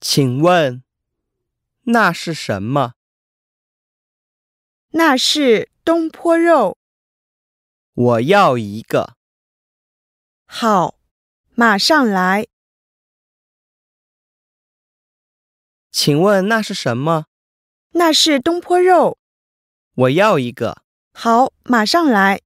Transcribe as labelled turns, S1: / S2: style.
S1: 请问那是什么？
S2: 那是东坡肉。
S1: 我要一个。
S2: 好，马上来。
S1: 请问那是什么？
S2: 那是东坡肉。
S1: 我要一个。
S2: 好，马上来。